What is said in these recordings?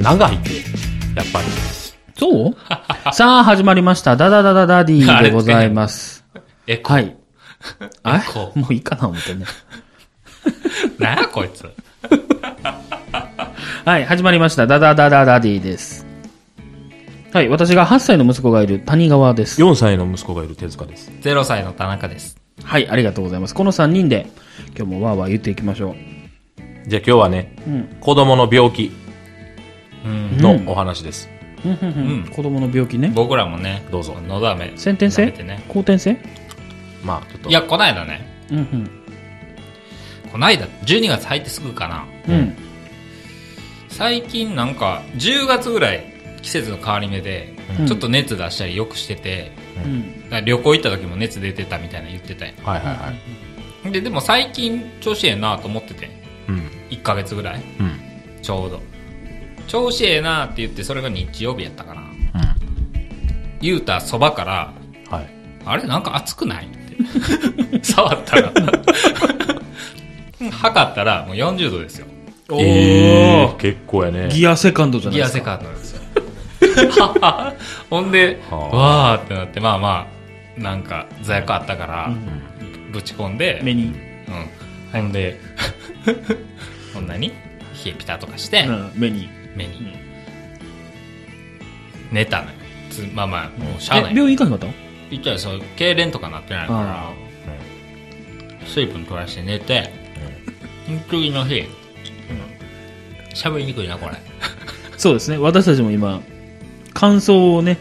長いって、やっぱり。そう さあ、始まりました。ダダダダダディーでございます。え、こ、はい。 あれこうもういいかな思ってね。なんやこいつ。はい、始まりました。ダダダダダディーです。はい、私が8歳の息子がいる谷川です。 4歳の息子がいる手塚です。 0歳の田中です。はい、ありがとうございます。この3人で、今日もわーわー言っていきましょじゃあ今日はね、う。うん。子供の病気うん。のお話です。うんうんうんうん子供の病気ね。僕らもね、どうぞのだめ。先天舐性めてね後天性まあ、ちょっと。いや、こないだね。うんうん。こないだ、12月入ってすぐかな。うん。最近なんか、10月ぐらい、季節の変わり目で、うんちょっと熱出したりよくしてて、うん。だから旅行行った時も熱出てたみたいなの言ってたやはいはいはい。ん。で、でも最近調子ええなと思ってて、うん。 1ヶ月ぐらい、うん。ちょうど。調子ええなって言って、それが日曜日やったかな。言うたそばから、うん。はい。あれなんか熱くないって。 触ったら。測ったらもう40度ですよ。おえー、結構やね。ギアセカンドじゃないギでアすセか。カンドですよ。 ほんで、はあわーってなって、まあまあ、なんか罪悪あったから、うぶち込んで、目に、うん。ほんで、 こんなに冷えピタとかして、うん、目に。目に、うん寝たのよ。つまあまあ、もうしゃあえない。病院行かなかっ言ったらそう、痙攣とかなってないからあ、水分取らして寝て、次の日、喋りにくいな、これ。たそうですね。私たちも今、乾燥をね、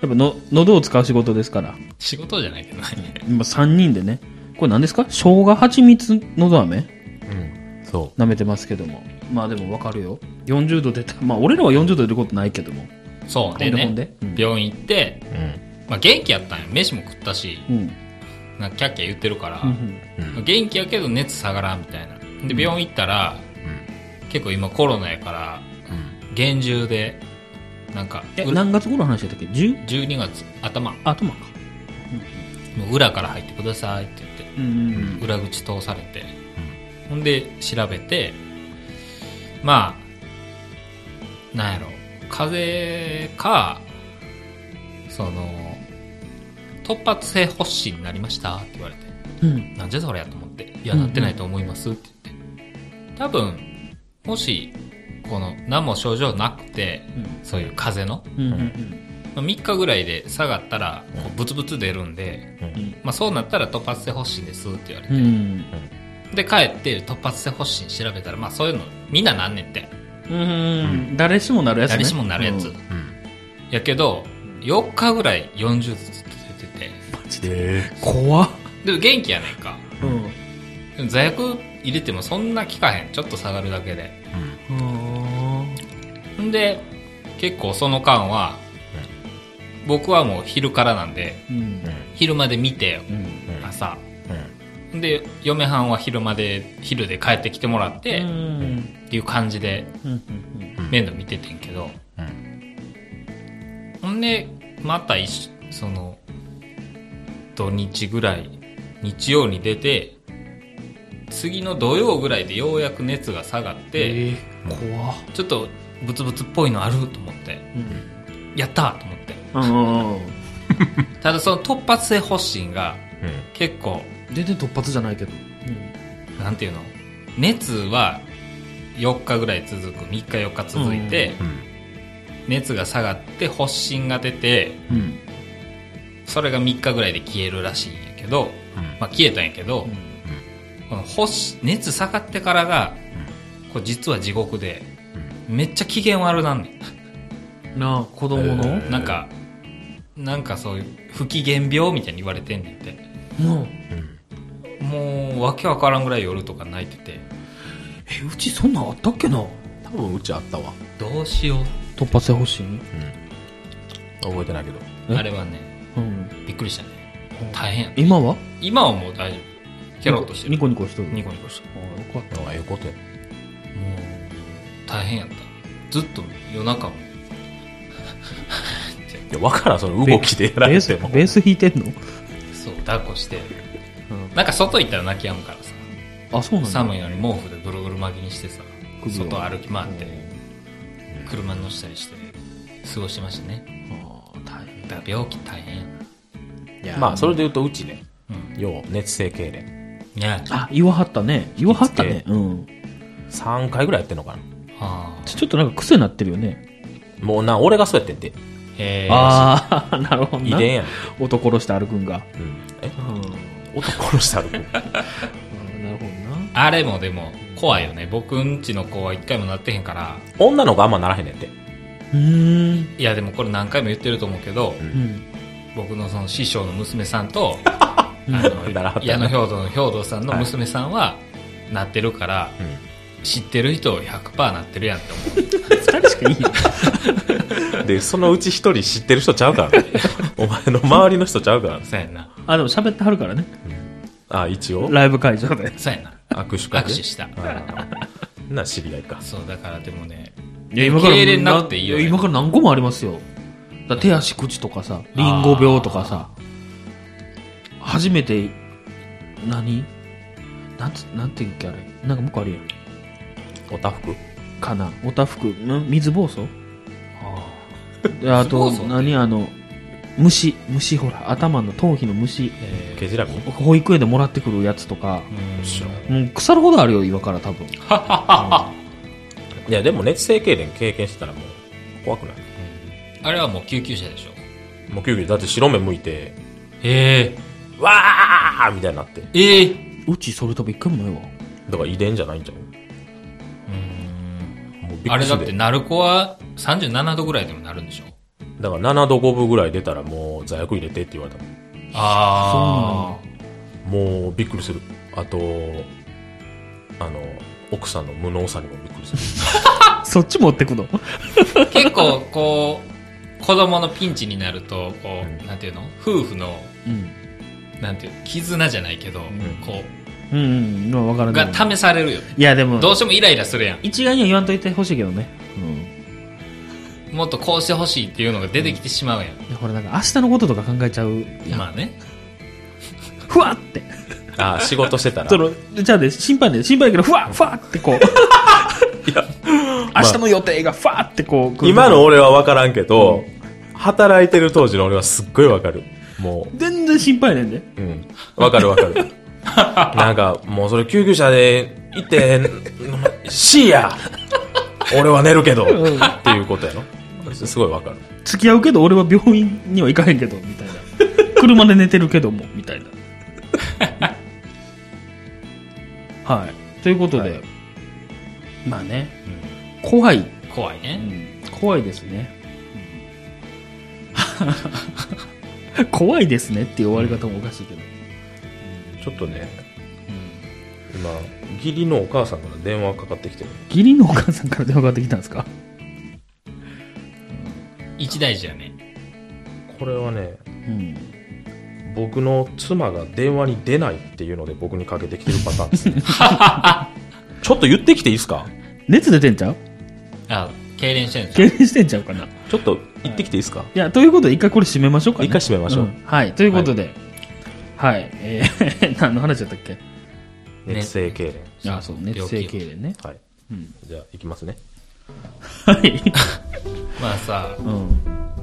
やっぱの、喉を使う仕事ですから、仕事じゃないけどね。今3人でね、これ何ですか生姜蜂蜜のど飴うん。そ舐めてますけども。まあでもわかるよ。40度出た。まあ俺らは40度出ることないけども。そう、でほねんでほんでうん病院行って、う。うん。まあ元気やったんよ。飯も食ったし、うん。なんかキャッキャ言ってるから、うん元気やけど熱下がらんみたいな。で、病院行ったら、結構今コロナやから、うん。厳重で、なんか、え、う何月頃の話だったっけ ?10? 12月頭、も頭か。う裏から入ってくださいって言って、うん。裏口通されて、ほんで調べてまあなんやろ風邪かその突発性発疹になりましたって言われてうん。なんじゃそれやと思って「いやうんうなんってないと思います」って言って多分もしこの何も症状なくてそういう風邪のうん。うん。 3日ぐらいで下がったらこうブツブツ出るんで、うんまあ、そうなったら突発性発疹ですって言われて、うん。で、帰って突発性発疹調べたら、まあそういうのみんななんねんって。うん。誰しもなるやつね。誰しもなるやうつ。んうん。やけど、4日ぐらい40ずつ出てて。で、怖っ。でも元気やねんか。うん。でも座薬入れてもそんな効かへん。ちょっと下がるだけで。んで、結構その間は、僕はもう昼からなんで、うんうん。昼まで見て、うん。うん。朝。うん。で、嫁はんは昼まで、昼で帰ってきてもらって、うん。っていう感じでうん。面倒見ててんけど、うん。ほんで、また一緒、その、土日ぐらい、日曜に出て、次の土曜ぐらいでようやく熱が下がって、えー、怖っ。ちょっとブツブツっぽいのあると思って、うん。やったーと思って。うん。ただその突発性発疹が結構、全然突発じゃないけど。なんていうの、熱は4日ぐらい続く、3日4日続いて、熱が下がって発疹が出て、うん。うん。それが3日ぐらいで消えるらしいんやけど、まあ消えたんやけど、この星熱下がってからが、これ実は地獄で、めっちゃ機嫌悪なんねなあ、子供のえん。なんか、なんかそういう不機嫌病みたいに言われてんねんて。うん。うん。もう、わけわからんぐらい夜とか泣いてて、え、うちそんなんあったっけな多分うちあったわ。どうしよ突発性欲しい覚えてないけど。う。えあれはね、うん。びっくりしたね。大変。今は今はもう大丈夫。ケロッとしてる。ニコニコしとる。ニコニコしてああ、よかった。あ、ええことや。る。もう、大変やった。ずっと夜中も。いや、わからん、その動きでやらベーれス、てベも。ース弾いてんのそう、抱っこして。なんか外行ったら泣き止むからさ。あ、そうなんだ。寒いのに毛布でぐるぐる巻きにしてさ首を外歩き回って、うん車に乗せたりして過ごしてましたね。大変だから病気大変やいやまあ、それで言うと、うちね、な。うん。よう、熱性痙攣。ねあ言わはったね言わはったねうん3回ぐらいやってんのかな。ああ。ちょっとなんか癖になってるよねもうな、俺がそうやってんて。えー、ああ なるほど遺な伝やん。男殺して歩くんがうん。えうん男殺して歩く。なるほどなあれもでも怖いよね。僕んちの子は一回もなってへんから。女の子あんまならへんねんて。うーんいやでもこれ何回も言ってると思うけど、うん僕のその師匠の娘さんと、 うんあのならはった矢野兵道の兵道さんの娘さんは、なってるから、知ってる人100%なってるやんって思う。 2人しかいいようん。で、そのうち一人知ってる人ちゃうからね。お前の周りの人ちゃうからね。そうやんな。あでも喋ってはるからねあ、一応。ライブ会場でそうやな。握手会握手した。あーな、知り合いか。そう、だからでもね、いや今から痙攣なくていいよねや今から何個もありますよだ手足口とかさリンゴ病とかさ初めて何なんつなんていうっけあれなんかもう一個あるやんおたふくかなおたふくん水暴走であと水疱瘡って何あの虫虫ほら頭の頭皮の虫えケジラミ保育園でもらってくるやつとかー、うーんもう腐るほどあるよ今から多分いや、でも熱性痙攣経験してたらもう怖くない。あれはもう救急車でしょ。もう救急だって白目向いて、えわーみたいになって。えええうちそれ多分一回もないわだから遺伝じゃないんちゃうもうびっくりあれだっ、してて鳴子は37度ぐらいでもなるんでしょだから7度5分ぐらい出たらもう座薬入れてって言われたもんあもうびっくりする。あと、あの、奥さんの無能さにもびっくりする。そっち持ってくのあ。結構、こう、子供のピンチになると、こう、うんなんていうの夫婦の、うんなんていうの絆じゃないけど、こうんうんまあ分からう、ないが試されるよね。いやでもどうしてもイライラするやん。一概には言わんといてほしいけどねもっとこうしてほしいっていうのが出てきてしまうやん。いやほらなんか明日のこととか考えちゃうやんまあね。ふわってあー、仕事してたら。そのじゃあね心配ね心配だけどふわふわってこう 明日の予定がふわってこう来 る今の俺は分からんけど、働いてる当時の俺はすっごい分かる。も全然心配ねんでう、うん。分かる分かる。なんか、もうそれ救急車で行って、C や俺は寝るけど、っていうことやろ。すごい分かる。付き合うけど俺は病院には行かへんけどみたいな 車で寝てるけどもみたいなはいということで、はいまあね、怖い、怖いね。怖いですね、 怖いですねっていう終わり方もおかしいけど、ちょっとね、今、義理のお母さんから電話かかってきてる。義理のお母さんから電話がかかってきたんですか一大事やね。これはね、うん僕の妻が電話に出ないっていうので僕にかけてきてるパターンです ね。ちょっと言ってきていいですか熱出てんちゃうあ、痙攣してるんです経験してんちゃうかないちょっと言ってきていいですか、やということで一回これ締めましょうか、ね、一回締めましょうんはいということではい、えー、 何の話だったっけ熱性痙攣。あそう熱性痙攣ねはい。じゃあ、いきますね。はい、まあさ、うん、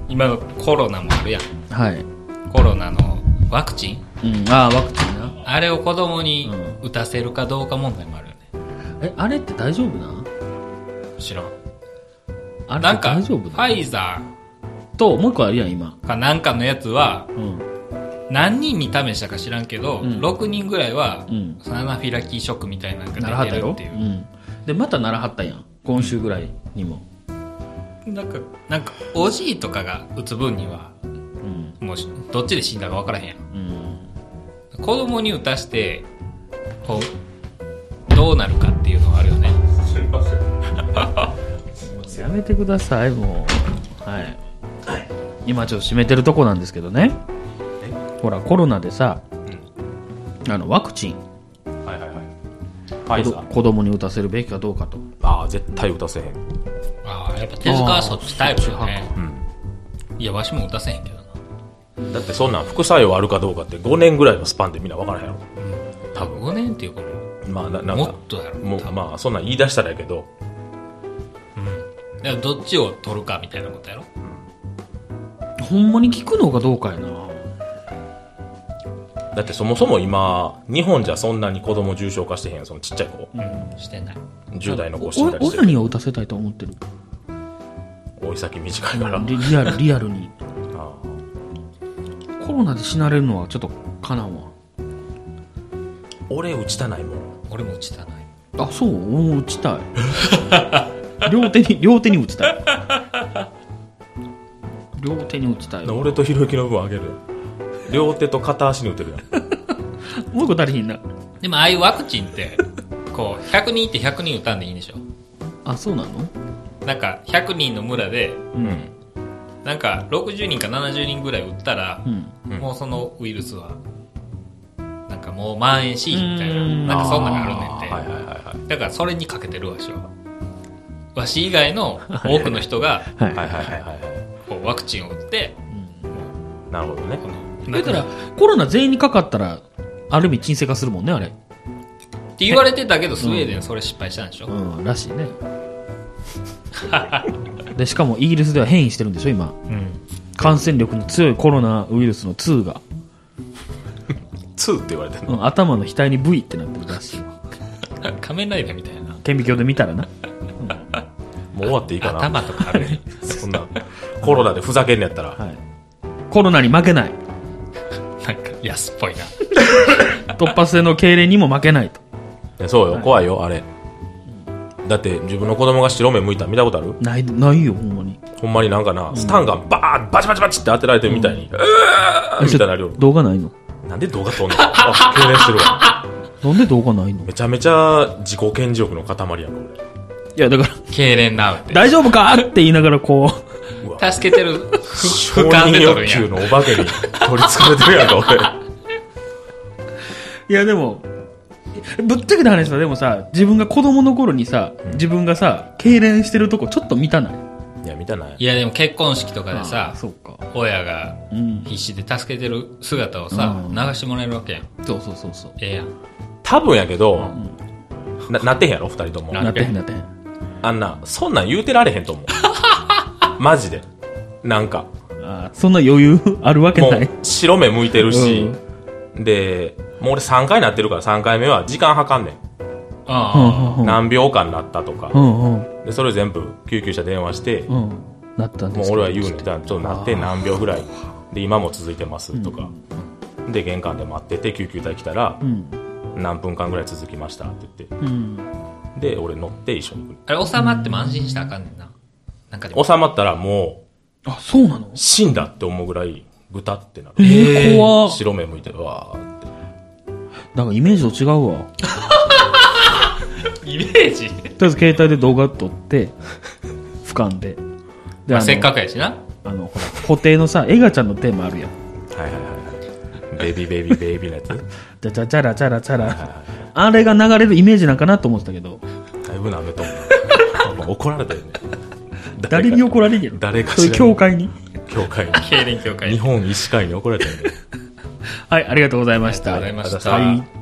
今のコロナもあるやん。はい、コロナのワクチンうん、ああワクチンなあれを子供に打たせるかどうか問題もあるよね。えあれって大丈夫な知らん。あれなんってか、大フ丈夫なァイザともう一個あるやん今ーかなんかのやつは、うん何人に試したか知らんけど、うん6人ぐらいはうん、そのアナフィラキーショックみたいなのならはがっ出たやてるろっていうう。ん、でまたならはったやん今週ぐらいにもなんか、なんか、おじいとかが打つ分には、うんもうし、どっちで死んだか分からへんやん。うん子供に打たして、こう、どうなるかっていうのはあるよね。やめてくださいもうはい今ちょっと締めてるとこなんですけどねほらコロナでさ、あのワクチンはいはいはい。ファイ子ザどー。子供に打たせるべきかどうかとああ、絶対打たせへん。ああ、やっぱ手塚はそっちタイプよね。ういや、わしも打たせへんけどな。ん。だってそんなん副作用あるかどうかって5年ぐらいのスパンでみんな分からへんやろ。多分。 5年っていうか、まあ、ななんもかっ、とやろ。も多う分まあ、そんなん言い出したらやけど、だからどっちを取るかみたいなことやろほんまに聞くのかどうかやなだってそもそも今、日本じゃそんなに子供重症化してへん、そのちっちゃい子。うんしてない10代の子死んだりおして女る。には打たせたいと思ってる追い先短いから。リリアルリアルにあコロナで死なれるのはちょっとかなわー俺打ちたないもん。俺も打ちたないあそうおー打ちたい 両手に両手に打ちた い両手に打ちたいもう俺とひろゆきの分あげる。両手と片足に打てるやん。一個足りひんなでもああいうワクチンって こう100人いて100人打たんでいいんでしょあそうなのなんか100人の村でうん。なんか60人か70人ぐらい打ったらう、んうんもうそのウイルスはなんかもう蔓延しみたいなうんなんかそんなのあるねんあって、ーはいはいはいはい。だからそれにかけてるわしはわし以外の多くの人がはい、はいはいはいはこうワクチンを打ってい。なるほどね。このだからコロナ全員にかかったらある意味沈静化するもんねあれって言われてたけどスウェーデンそれ失敗したんでしょ、うんらし いねでしかもイギリスでは変異してるんでしょ今うん感染力の強いコロナウイルスの2が、 2って言われてるの。うん、頭の額に V ってなってるらしいわ仮面ライダーみたいな顕微鏡で見たらなもう終わっていいかな。頭とかある ねそんな、コロナでふざけんのやったら、はい、コロナに負けないなんか安っぽいな突発性の痙攣にも負けないといやそうよ、怖いよ、あれ。だって、自分の子供が白目向いたの見たことあるないないよほんまにほんまになんかな、スタンガンバーン、バチバチバチって当てられてるみたいに、うーみたいになるよ。動画ないのなんで動画撮んのあ、痙攣してるわ。なんで動画ないのいめちゃめちゃ自己顕示欲の塊やん、俺。やだから痙攣なうっ「て大丈夫か?」って言いながらこううわ、助けてるふ承俯瞰認で取る欲んや求のお化けに取りつかれてるやん か、俺。いやでもぶっちゃけた話さでもさ自分が子供の頃にさ自分がさ痙攣してるとこちょっと見たないいや、見たない。いやでも結婚式とかであさーそうか親がうん必死で助けてる姿をさ、うん流してもらえるわけやんそうそうそうそうええやん多分やけど、な、なってへんやろ、二人とも。ななってへんなってへんあんな、そんなん言うてられへん と思う。マジで。なんか。あーそんな余裕 あるわけもなうい、白目向いてるし、で、もう俺3回なってるから、3回目は時間計んねん。あうん何秒間なったとかう。んうんで、それ全部救急車電話して、うんなったんでもうすけ俺どは言うねん。だからちょっとなって何秒ぐらい。で、今も続いてますとか。で、玄関で待ってて、救急隊来たらう、ん何分間ぐらい続きましたって言っうんて。で、俺乗って一緒にあれ収まっても安心したらあかんねんななんかでも収まったらもあそうなのう、死んだって思うぐらい、ぐたってなる。ええー、ー怖っ白目向いて、うわーって。なんかイメージと違うわ。とイメージ、りあえず携帯で動画撮 って、俯瞰で。で、あまあ、の、せっかくやしなあの、ほら、固定のさ、エガちゃんのテーマあるやん。はいはいはいはい。ベイビーベイビーベイビーのやつ。じゃじゃじゃらじゃらじゃら。あれが流れるイメージなんかなと思ってたけど、だいぶ舐めとんな 怒られたよね。 誰に怒られんるやろ。誰かそういしうら。教会に。教会に。痙攣協日会本医師会に怒られたよね。はい、ありがとうございました。ありがとうございましありがとうございましたたはい。